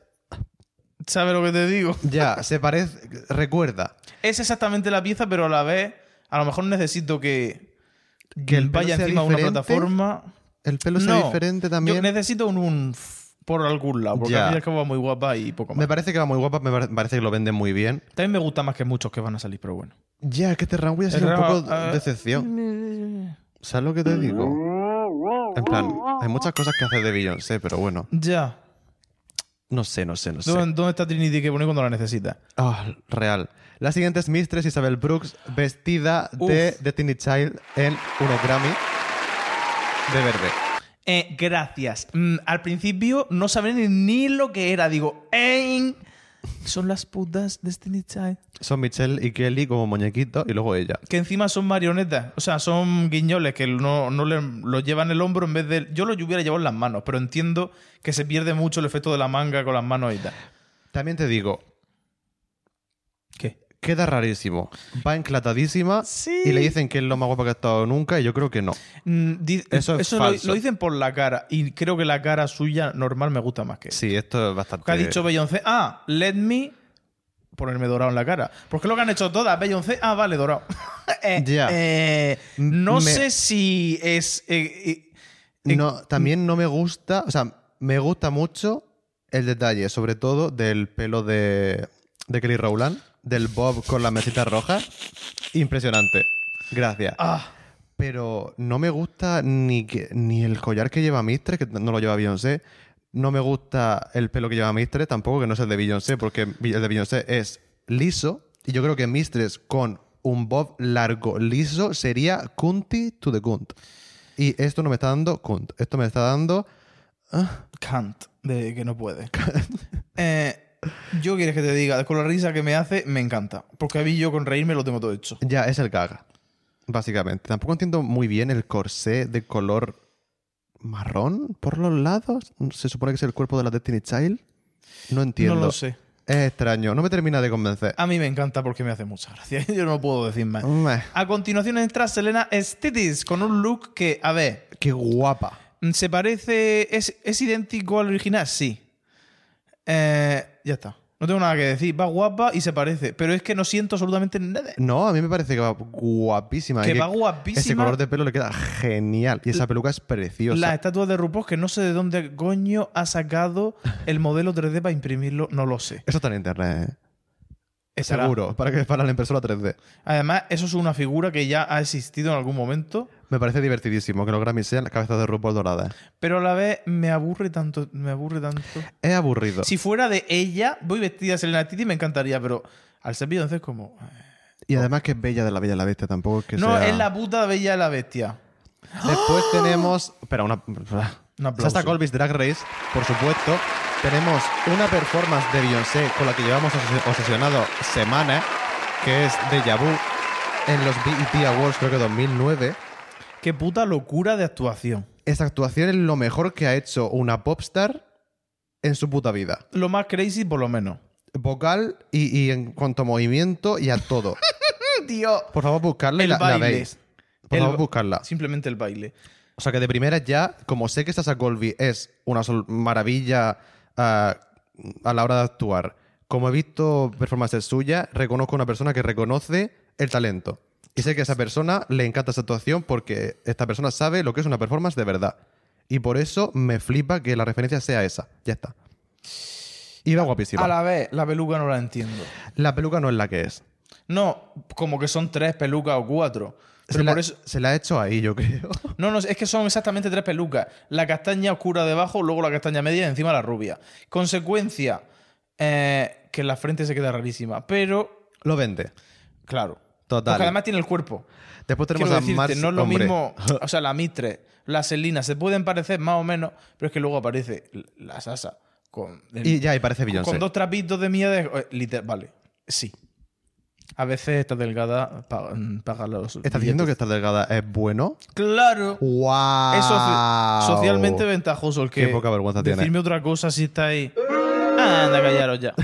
Speaker 1: ¿Sabes lo que te digo?
Speaker 2: Ya, se parece... Recuerda.
Speaker 1: Es exactamente la pieza, pero a la vez, a lo mejor necesito que,
Speaker 2: Que el
Speaker 1: vaya
Speaker 2: pelo sea
Speaker 1: encima de una
Speaker 2: diferente.
Speaker 1: plataforma.
Speaker 2: El pelo sea
Speaker 1: No,
Speaker 2: diferente
Speaker 1: Yo
Speaker 2: también.
Speaker 1: necesito un, un f- por algún lado, porque
Speaker 2: Ya.
Speaker 1: a mí es que va muy guapa y poco
Speaker 2: Me
Speaker 1: más.
Speaker 2: parece que va muy guapa, me pare- parece que lo venden muy bien.
Speaker 1: También me gusta más que muchos que van a salir, pero bueno.
Speaker 2: Ya, es que este runway ha sido
Speaker 1: Pero,
Speaker 2: un poco
Speaker 1: ah,
Speaker 2: decepción. ¿Sabes lo que te digo? En plan, hay muchas cosas que hace de Beyoncé, pero bueno.
Speaker 1: Ya.
Speaker 2: No sé, no sé, no sé.
Speaker 1: ¿Dónde, dónde está Trinity que pone cuando la necesita?
Speaker 2: Ah, real. La siguiente es Mistress Isabel Brooks, vestida de
Speaker 1: Uf.
Speaker 2: Destiny Child en unos Grammy de verde.
Speaker 1: Eh, gracias. Mm, al principio no sabía ni, ni lo que era. Digo, ¡Ey! Son las putas de Destiny Child.
Speaker 2: Son Michelle y Kelly como muñequitos y luego ella.
Speaker 1: Que encima son marionetas, o sea, son guiñoles que no, no le, lo llevan el hombro en vez de. Yo lo hubiera llevado en las manos, pero entiendo que se pierde mucho el efecto de la manga con las manos y tal.
Speaker 2: También te digo
Speaker 1: ¿Qué?
Speaker 2: queda rarísimo. Va enclatadísima
Speaker 1: Sí.
Speaker 2: y le dicen que es lo más guapo que ha estado nunca y yo creo que no.
Speaker 1: Mm, di-
Speaker 2: Eso es
Speaker 1: lo-
Speaker 2: falso.
Speaker 1: Lo, dicen por la cara. Y creo que la cara suya normal me gusta más que.
Speaker 2: Sí, esto es bastante...
Speaker 1: Que ha dicho Beyoncé, ah, let me ponerme dorado en la cara. Porque es lo que han hecho todas. Beyoncé, ah, vale, dorado. Eh,
Speaker 2: Ya.
Speaker 1: eh, no
Speaker 2: Me-
Speaker 1: sé si es. eh, eh,
Speaker 2: No, también no me gusta, o sea, me gusta mucho el detalle, sobre todo del pelo de, de Kelly Rowland, del bob con las mesitas rojas. Impresionante. Gracias.
Speaker 1: ah,
Speaker 2: Pero no me gusta ni, que- ni el collar que lleva Mistre, que no lo lleva Beyoncé. No me gusta el pelo que lleva Mistre, tampoco que no es el de Beyoncé, porque el de Beyoncé es liso. Y yo creo que Mistress con un bob largo liso sería Kunti to the Kunt. Y esto no me está dando Kunt. Esto me está dando.
Speaker 1: Kant, de que no puede. Eh, yo quieres que te diga, con la risa que me hace, me encanta. Porque a mí yo con reírme lo tengo todo hecho.
Speaker 2: Ya, es el gaga. Básicamente. Tampoco entiendo muy bien el corsé de color marrón por los lados. Se supone que es el cuerpo de la Destiny Child. No entiendo.
Speaker 1: No lo sé.
Speaker 2: Es extraño, no me termina de convencer. Ah,
Speaker 1: A mí me encanta porque me hace mucha gracia. Yo no puedo decir más.
Speaker 2: Meh,
Speaker 1: A continuación entra Selena Stitis con un look que, a ver,
Speaker 2: Qué guapa.
Speaker 1: ¿se parece. ¿Es, es idéntico al original? Sí. Eh, ya está. No tengo nada que decir. Va guapa y se parece. Pero es que no siento absolutamente nada.
Speaker 2: No, a mí me parece que va guapísima.
Speaker 1: Que
Speaker 2: Y
Speaker 1: va
Speaker 2: Ese
Speaker 1: guapísima.
Speaker 2: color de pelo le queda genial. Y esa peluca es preciosa.
Speaker 1: Las estatuas de RuPaul que no sé de dónde coño ha sacado el modelo 3D para imprimirlo, no lo sé.
Speaker 2: Eso está en internet, ¿eh?
Speaker 1: Estará.
Speaker 2: Seguro, para que para la impresora 3D.
Speaker 1: Además, eso es una figura que ya ha existido en algún momento,
Speaker 2: Me parece divertidísimo que los Grammys sean las cabezas de RuPaul doradas.
Speaker 1: pero a la vez me aburre tanto, me aburre tanto.
Speaker 2: Es aburrido.
Speaker 1: Si fuera de ella, voy vestida de Selena Titi, me encantaría, pero al ser Beyoncé es como... eh.
Speaker 2: Y además que es bella de la Bella y la Bestia, tampoco es que
Speaker 1: No,
Speaker 2: sea-
Speaker 1: es la ¡Ah! puta bella de la bestia.
Speaker 2: Después tenemos... Espera, una...
Speaker 1: Un aplauso.
Speaker 2: Sasta Colby's Drag Race, por supuesto. Tenemos una performance de Beyoncé con la que llevamos obses- obsesionado semanas, que es Deja Vu en los BET Awards, creo que 2009.
Speaker 1: Qué puta locura de actuación.
Speaker 2: Esta actuación es lo mejor que ha hecho una popstar en su puta vida.
Speaker 1: Lo más crazy por lo menos.
Speaker 2: Vocal y, y en cuanto a movimiento y a todo.
Speaker 1: Tío.
Speaker 2: Por favor, buscarla y
Speaker 1: El
Speaker 2: la, la
Speaker 1: baile.
Speaker 2: veis. Por
Speaker 1: El
Speaker 2: favor,
Speaker 1: ba-
Speaker 2: buscarla.
Speaker 1: Simplemente el baile.
Speaker 2: O sea que de primera ya, como sé que Sasa Colby es una sol- maravilla ah, a la hora de actuar, como he visto performances suyas, reconozco una persona que reconoce el talento. Y sé que a esa persona le encanta esa actuación porque esta persona sabe lo que es una performance de verdad. Y por eso me flipa que la referencia sea esa. Ya está. Y va guapísima.
Speaker 1: A
Speaker 2: La...
Speaker 1: la vez, la peluca no la entiendo.
Speaker 2: peluca no es la que es.
Speaker 1: No, como que son tres pelucas o cuatro. Pero
Speaker 2: se, la,
Speaker 1: por eso,
Speaker 2: se la ha hecho ahí, yo creo.
Speaker 1: No, no, es que son exactamente tres pelucas. La castaña oscura debajo, luego la castaña media y encima la rubia. Consecuencia, eh, que la frente se queda rarísima. Pero,
Speaker 2: lo vende.
Speaker 1: claro.
Speaker 2: Total.
Speaker 1: Porque además tiene el cuerpo.
Speaker 2: Después tenemos
Speaker 1: Quiero
Speaker 2: a
Speaker 1: decirte,
Speaker 2: Mars.
Speaker 1: no es lo
Speaker 2: hombre.
Speaker 1: mismo... O sea, la Mitre, la Selina, se pueden parecer más o menos, pero es que luego aparece la Sasa con, el-
Speaker 2: Y ya, y parece Beyoncé.
Speaker 1: con dos trapitos de mierda. eh, liter- vale, sí. A veces esta delgada paga, paga los...
Speaker 2: ¿Estás diciendo que
Speaker 1: billetes.
Speaker 2: estar delgada es bueno?
Speaker 1: ¡Claro!
Speaker 2: ¡Wow!
Speaker 1: Es soci- socialmente ventajoso el que.
Speaker 2: Qué poca vergüenza tiene.
Speaker 1: decirme otra cosa si está ahí. Anda, callaros ya.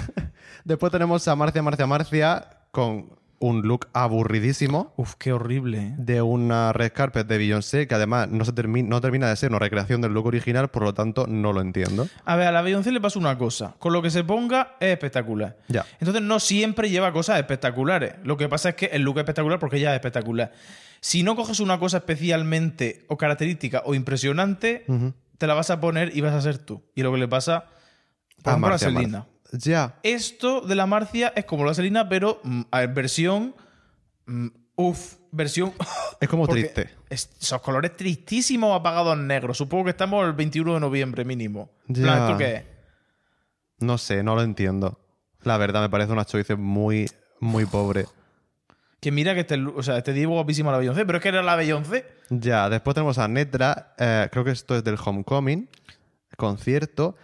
Speaker 2: Después tenemos a Marcia, Marcia, Marcia con un look aburridísimo
Speaker 1: Uf, qué horrible. ¿eh?
Speaker 2: de una red carpet de Beyoncé que además no, se termi- no termina de ser una recreación del look original, por lo tanto no lo entiendo.
Speaker 1: A ver, a la Beyoncé le pasa una cosa. Con lo que se ponga es espectacular.
Speaker 2: Ya.
Speaker 1: Entonces no siempre lleva cosas espectaculares. Lo que pasa es que el look es espectacular porque ella es espectacular. Si no coges una cosa especialmente o característica o impresionante,
Speaker 2: Ujú.
Speaker 1: te la vas a poner y vas a ser tú. Y lo que le pasa por
Speaker 2: A
Speaker 1: ejemplo, a
Speaker 2: Marcia,
Speaker 1: Selena.
Speaker 2: Marcia. Ya.
Speaker 1: Esto de la Marcia es como la Selena, pero mm, a ver, versión. mm, uf, versión.
Speaker 2: Es como
Speaker 1: porque
Speaker 2: triste.
Speaker 1: es- esos colores tristísimos apagados negros. Supongo que estamos el 21 de noviembre, mínimo. En plan,
Speaker 2: Ya.
Speaker 1: ¿Esto qué es?
Speaker 2: No sé, no lo entiendo. La verdad, me parece unas choices muy, muy pobre.
Speaker 1: Que mira que este, lu- o sea, este día iba guapísima la Beyoncé, pero es que era la Beyoncé.
Speaker 2: Ya, después tenemos a Netra, eh, creo que esto es del Homecoming, concierto.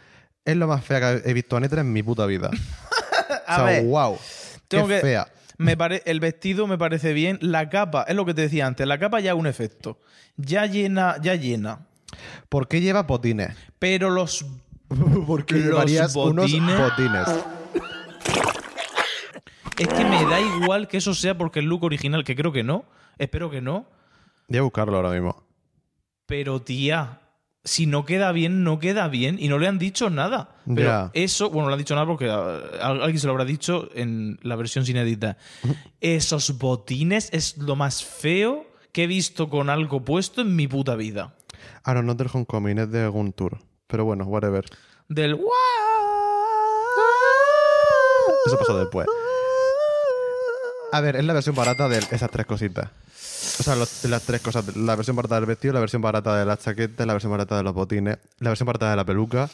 Speaker 2: Es lo más fea que he visto a Netra en mi puta vida. o
Speaker 1: A
Speaker 2: sea,
Speaker 1: ver,
Speaker 2: wow.
Speaker 1: tengo
Speaker 2: qué
Speaker 1: que-
Speaker 2: fea.
Speaker 1: me pare- el vestido me parece bien. La capa, es lo que te decía antes, la capa ya es un efecto. Ya llena, ya llena.
Speaker 2: ¿Por qué lleva botines?
Speaker 1: Pero los.
Speaker 2: Porque
Speaker 1: Los
Speaker 2: llevarías unos
Speaker 1: botines.
Speaker 2: botines.
Speaker 1: es que me da igual que eso sea porque el look original, que creo que no, espero que no,
Speaker 2: Voy a buscarlo ahora mismo.
Speaker 1: pero tía, si no queda bien, no queda bien y no le han dicho nada. Pero
Speaker 2: Ya.
Speaker 1: eso, bueno, no le han dicho nada porque ah, al- alguien se lo habrá dicho en la versión sin editar. Esos botines es lo más feo que he visto con algo puesto en mi puta vida.
Speaker 2: Ah, no, no es del Homecoming, es de Guntur. Pero bueno, whatever.
Speaker 1: Del wow.
Speaker 2: Eso pasó después. A ver, es la versión barata de esas tres cositas. O sea, los- las tres cosas. La versión barata del vestido, la versión barata de las chaquetas, la versión barata de los botines, la versión barata de la peluca.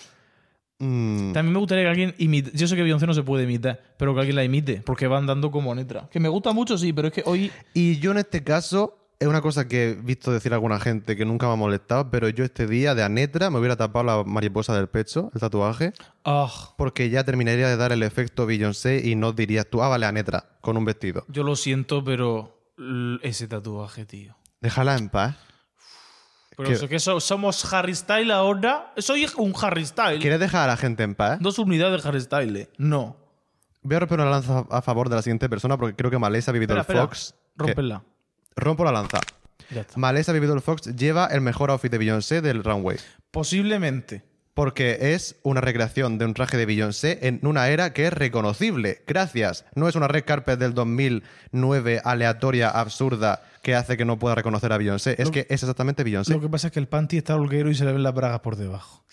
Speaker 2: Mm,
Speaker 1: También me gustaría que alguien imite. Yo sé que Beyoncé no se puede imitar, pero que alguien la imite, porque van dando como netra. Que me gusta mucho, sí, pero es que hoy.
Speaker 2: Y yo en este caso, es una cosa que he visto decir a alguna gente que nunca me ha molestado, pero yo este día de Anetra me hubiera tapado la mariposa del pecho, el tatuaje,
Speaker 1: Ah,
Speaker 2: porque ya terminaría de dar el efecto Beyoncé y no dirías tú, ah, vale, Anetra, con un vestido.
Speaker 1: yo lo siento, pero l- ese tatuaje, tío.
Speaker 2: Déjala en paz.
Speaker 1: Pero
Speaker 2: ¿Qué?
Speaker 1: eso que so- somos Harry Style ahora. Soy un Harry Style.
Speaker 2: ¿Quieres dejar a la gente en paz?
Speaker 1: Dos unidades de Harry Style. eh. No.
Speaker 2: Voy a romper una lanza a favor de la siguiente persona porque creo que Malesa ha vivido
Speaker 1: Espera,
Speaker 2: el
Speaker 1: espera.
Speaker 2: Fox. Que-
Speaker 1: Rómpela.
Speaker 2: Rompo la lanza.
Speaker 1: Ya está.
Speaker 2: Malesa ha vivido el Fox lleva el mejor outfit de Beyoncé del runway.
Speaker 1: Posiblemente.
Speaker 2: Porque es una recreación de un traje de Beyoncé en una era que es reconocible. Gracias. No es una red carpet del 2009 aleatoria, absurda, que hace que no pueda reconocer a Beyoncé. Es que es exactamente Beyoncé.
Speaker 1: Lo que pasa es que el panty está holguero y se le ven las bragas por debajo.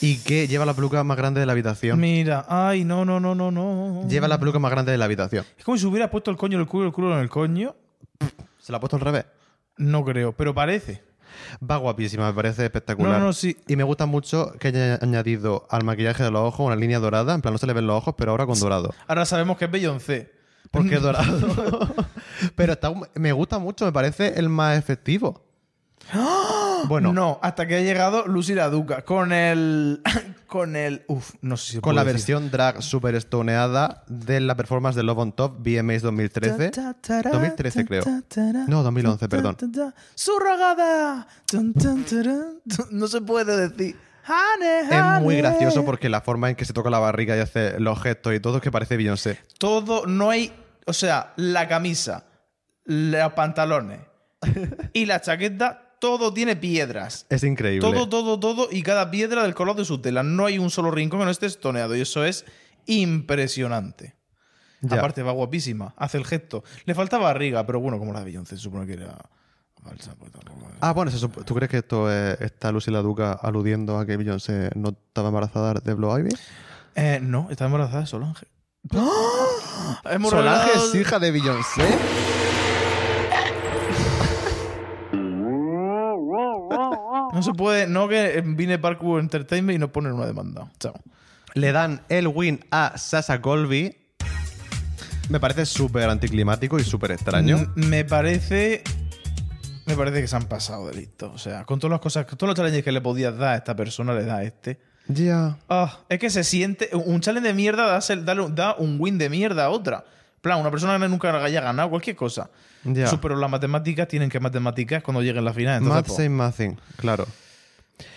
Speaker 2: Y que lleva la peluca más grande de la habitación.
Speaker 1: Mira, ay, no, no, no, no, no.
Speaker 2: Lleva la peluca más grande de la habitación.
Speaker 1: Es como si hubiera puesto el coño en el culo, el culo en el coño.
Speaker 2: Se la ha puesto al revés.
Speaker 1: No creo, pero parece.
Speaker 2: Va guapísima, me parece
Speaker 1: No,
Speaker 2: espectacular.
Speaker 1: no, sí.
Speaker 2: Y me gusta mucho que haya añadido al maquillaje de los ojos una línea dorada. En plan, no se le ven los ojos, pero ahora con dorado.
Speaker 1: Ahora sabemos que es Beyoncé.
Speaker 2: Porque es dorado. pero está, un- me gusta mucho, me parece el más efectivo. Bueno,
Speaker 1: ¡Ah! No, hasta que ha llegado Lucy la Duca con el. con el. Uf, no sé si.
Speaker 2: con la
Speaker 1: puedo decir.
Speaker 2: versión drag super estoneada de la performance de Love on Top BMX 2013. 2013 creo. No, 2011, perdón.
Speaker 1: ¡Surrogada! Tun, tun, tarán. No se puede decir. Honey,
Speaker 2: Es
Speaker 1: honey.
Speaker 2: muy gracioso porque la forma en que se toca la barriga y hace los gestos y todo es que parece Beyoncé.
Speaker 1: Todo, no hay. O sea, la camisa, los pantalones y la chaqueta, todo tiene piedras.
Speaker 2: Es increíble.
Speaker 1: Todo, todo, todo y cada piedra del color de su tela. No hay un solo rincón que no esté estoneado y eso es impresionante.
Speaker 2: Ya.
Speaker 1: Aparte va guapísima, hace el gesto. Le faltaba barriga, pero bueno, como la de Beyoncé, se supone que era falsa, pues tampoco-
Speaker 2: Ah, bueno, se supo- ¿tú crees que esto es, está Lucy la Duca aludiendo a que Beyoncé no estaba embarazada de Blue Ivy?
Speaker 1: Eh, no, está embarazada de Solange. ¡Ah! Hemos
Speaker 2: Solange
Speaker 1: revelado-
Speaker 2: es hija de Beyoncé.
Speaker 1: No se puede, no que vine Parkour Entertainment y nos ponen una demanda. Chao.
Speaker 2: Le dan el win a Sasha Colby. Me parece súper anticlimático y súper
Speaker 1: M-
Speaker 2: extraño.
Speaker 1: Me parece. Me parece que se han pasado de listo. O sea, con todas las cosas, con todos los challenges que le podías dar a esta persona, le da a este.
Speaker 2: Ya.
Speaker 1: Ah, es que se siente. Un challenge de mierda da, se- dale- da un win de mierda a otra. En plan, una persona que nunca haya ganado cualquier cosa.
Speaker 2: Ya.
Speaker 1: Eso, pero las matemáticas tienen que matemáticas cuando lleguen la final. Entonces,
Speaker 2: Math
Speaker 1: pues,
Speaker 2: same nothing, claro.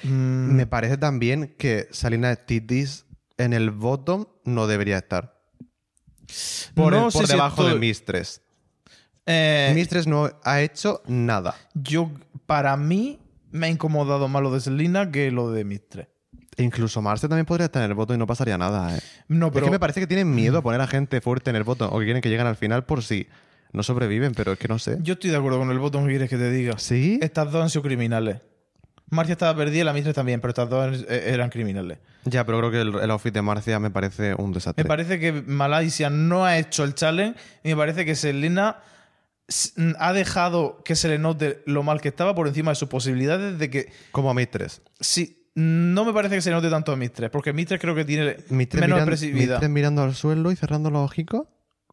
Speaker 1: mm,
Speaker 2: Me parece también que Salina Titis en el bottom no debería estar. Por,
Speaker 1: No
Speaker 2: el-
Speaker 1: sé
Speaker 2: por
Speaker 1: si
Speaker 2: debajo
Speaker 1: estoy-
Speaker 2: de Mistress.
Speaker 1: eh,
Speaker 2: Mistress no ha hecho nada.
Speaker 1: yo, para mí, me ha incomodado más lo de Selena que lo de Mistre.
Speaker 2: Incluso Marce también podría estar en el bottom y no pasaría nada. ¿eh?
Speaker 1: No, pero. Mm.
Speaker 2: Es que me parece que tienen miedo a poner a gente fuerte en el bottom o que quieren que lleguen al final por si no sobreviven, pero es que no sé.
Speaker 1: Yo estoy de acuerdo con el botón que quieres que te diga.
Speaker 2: ¿Sí?
Speaker 1: Estas dos han sido criminales. Marcia estaba perdida y la Mistress también, pero estas dos eh, eran criminales.
Speaker 2: Ya, pero creo que el, el outfit de Marcia me parece un desastre.
Speaker 1: Me parece que Malasia no ha hecho el challenge y me parece que Selena s- mm, ha dejado que se le note lo mal que estaba por encima de sus posibilidades de que
Speaker 2: Como a Mistress.
Speaker 1: sí no me parece que se le note tanto a Mistress porque Mistress creo que tiene
Speaker 2: Mistress,
Speaker 1: menos
Speaker 2: miran-
Speaker 1: expresividad
Speaker 2: Mistress mirando al suelo y cerrando los ojicos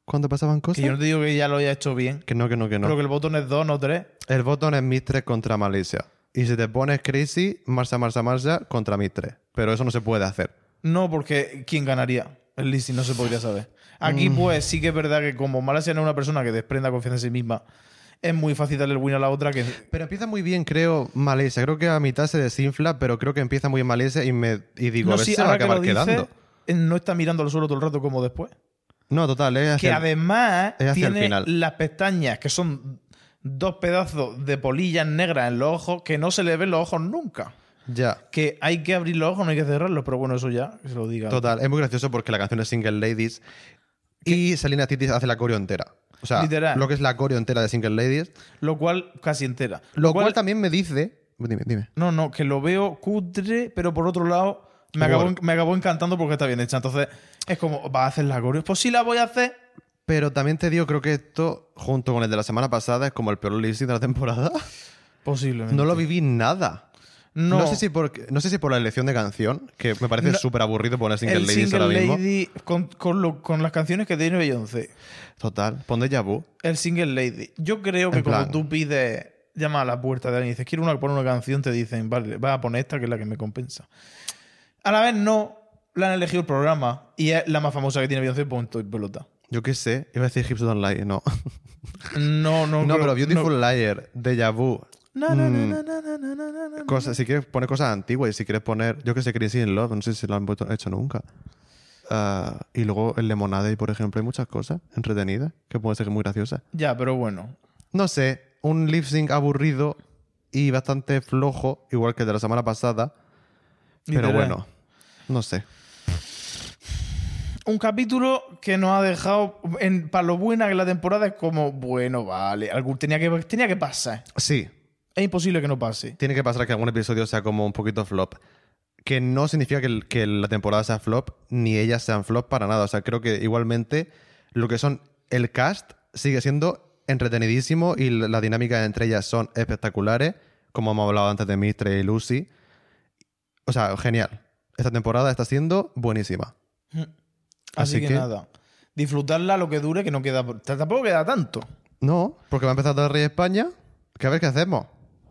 Speaker 2: cuando pasaban
Speaker 1: que
Speaker 2: cosas.
Speaker 1: yo no te digo que ya lo haya hecho bien
Speaker 2: Que no, que no, que no.
Speaker 1: creo que el botón es 2 no 3
Speaker 2: El botón es Mistress contra Malicia. Y si te pones crazy, Marcia, Marcia, Marcia contra Mistress. Pero eso no se puede hacer.
Speaker 1: no porque ¿quién ganaría? el listing no se podría saber aquí
Speaker 2: Mm.
Speaker 1: pues sí que es verdad que como Malasia no es una persona que desprenda confianza en sí misma es muy fácil darle el win a la otra que
Speaker 2: Pero empieza muy bien, creo, Malicia. Creo que a mitad se desinfla, pero creo que empieza muy bien Malicia y, me, y digo, a ver
Speaker 1: sí,
Speaker 2: si se va a
Speaker 1: ahora que
Speaker 2: acabar
Speaker 1: lo dices,
Speaker 2: quedando.
Speaker 1: eh, no está mirando al suelo todo el rato como después.
Speaker 2: No, total, es
Speaker 1: que
Speaker 2: hacia-
Speaker 1: además
Speaker 2: es hacia el
Speaker 1: tiene
Speaker 2: final.
Speaker 1: las pestañas que son dos pedazos de polillas negras en los ojos que no se le ven los ojos nunca.
Speaker 2: Ya.
Speaker 1: Que hay que abrir los ojos, no hay que cerrarlos, pero bueno, eso ya que se lo diga.
Speaker 2: Total, es muy gracioso porque la canción es Single Ladies y Selena Titis hace la coreo entera. O sea,
Speaker 1: Literal.
Speaker 2: lo que es la coreo entera de Single Ladies.
Speaker 1: Lo cual casi entera.
Speaker 2: Lo cual, también me dice. Dime, dime.
Speaker 1: No, no, que lo veo cutre, pero por otro lado me
Speaker 2: Humor.
Speaker 1: acabó, en- me acabó encantando porque está bien hecha. Entonces es como, ¿va a hacer la coreo? Pues sí la voy a hacer.
Speaker 2: Pero también te digo, creo que esto, junto con el de la semana pasada, es como el peor lipsync de la temporada.
Speaker 1: Posiblemente.
Speaker 2: No lo viví nada.
Speaker 1: No,
Speaker 2: sé si por, no sé si por la elección de canción, que me parece
Speaker 1: No.
Speaker 2: súper aburrido poner Single
Speaker 1: el
Speaker 2: Ladies
Speaker 1: single
Speaker 2: ahora mismo.
Speaker 1: lady con, con lo- con las canciones que tiene Beyoncé.
Speaker 2: Total, pon Deja Vu.
Speaker 1: El single lady. Yo creo que
Speaker 2: En
Speaker 1: cuando
Speaker 2: plan-
Speaker 1: tú pides, llamas a la puerta de alguien y dices, quiero una, poner una canción, te dicen, vale, vas a poner esta que es la que me compensa. A la vez no, la han elegido el programa y es la más famosa que tiene Beyoncé, punto y pelota.
Speaker 2: Yo qué sé, iba a decir Hips Don't Lie, no.
Speaker 1: No, no,
Speaker 2: No,
Speaker 1: creo-
Speaker 2: pero
Speaker 1: no.
Speaker 2: Beautiful Liar, Deja Vu.
Speaker 1: Na, na,
Speaker 2: mm,
Speaker 1: na, na, na, na, na, na, na.
Speaker 2: cosas- si quieres poner cosas antiguas y si quieres poner, yo que sé, Crazy in Love, no sé si lo han puesto- hecho nunca. Ah, y luego el Lemonade, por ejemplo, hay muchas cosas entretenidas que pueden ser muy graciosas.
Speaker 1: Ya, pero bueno.
Speaker 2: No sé, un lip sync aburrido y bastante flojo, igual que el de la semana pasada. Pero
Speaker 1: Literal.
Speaker 2: bueno, no sé.
Speaker 1: Un capítulo que nos ha dejado, en, para lo buena que la temporada es como, bueno, vale, algún, tenía, que, tenía que pasar.
Speaker 2: Sí,
Speaker 1: Es imposible que no pase.
Speaker 2: tiene que pasar que algún episodio sea como un poquito flop. Que no significa que, el- que la temporada sea flop, ni ellas sean flop para nada. O sea, creo que igualmente lo que son el cast sigue siendo entretenidísimo y la- las dinámicas entre ellas son espectaculares, como hemos hablado antes de Mistre y Lucy. O sea, genial. Esta temporada está siendo buenísima.
Speaker 1: Así,
Speaker 2: Así
Speaker 1: que,
Speaker 2: que-
Speaker 1: nada. Disfrutarla lo que dure, que no queda. t- Tampoco queda tanto.
Speaker 2: No, porque va a empezar el Rey de España. Que a ver qué hacemos.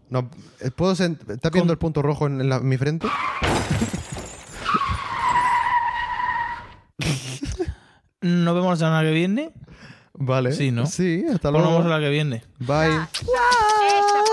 Speaker 2: No, eh, ¿puedo sent- ¿Estás viendo el punto rojo en, la- en mi frente?
Speaker 1: Nos vemos la semana que viene.
Speaker 2: Vale.
Speaker 1: Sí, ¿no?
Speaker 2: Sí, hasta
Speaker 1: Nos
Speaker 2: luego.
Speaker 1: vemos la que viene.
Speaker 2: Bye.
Speaker 3: Hecha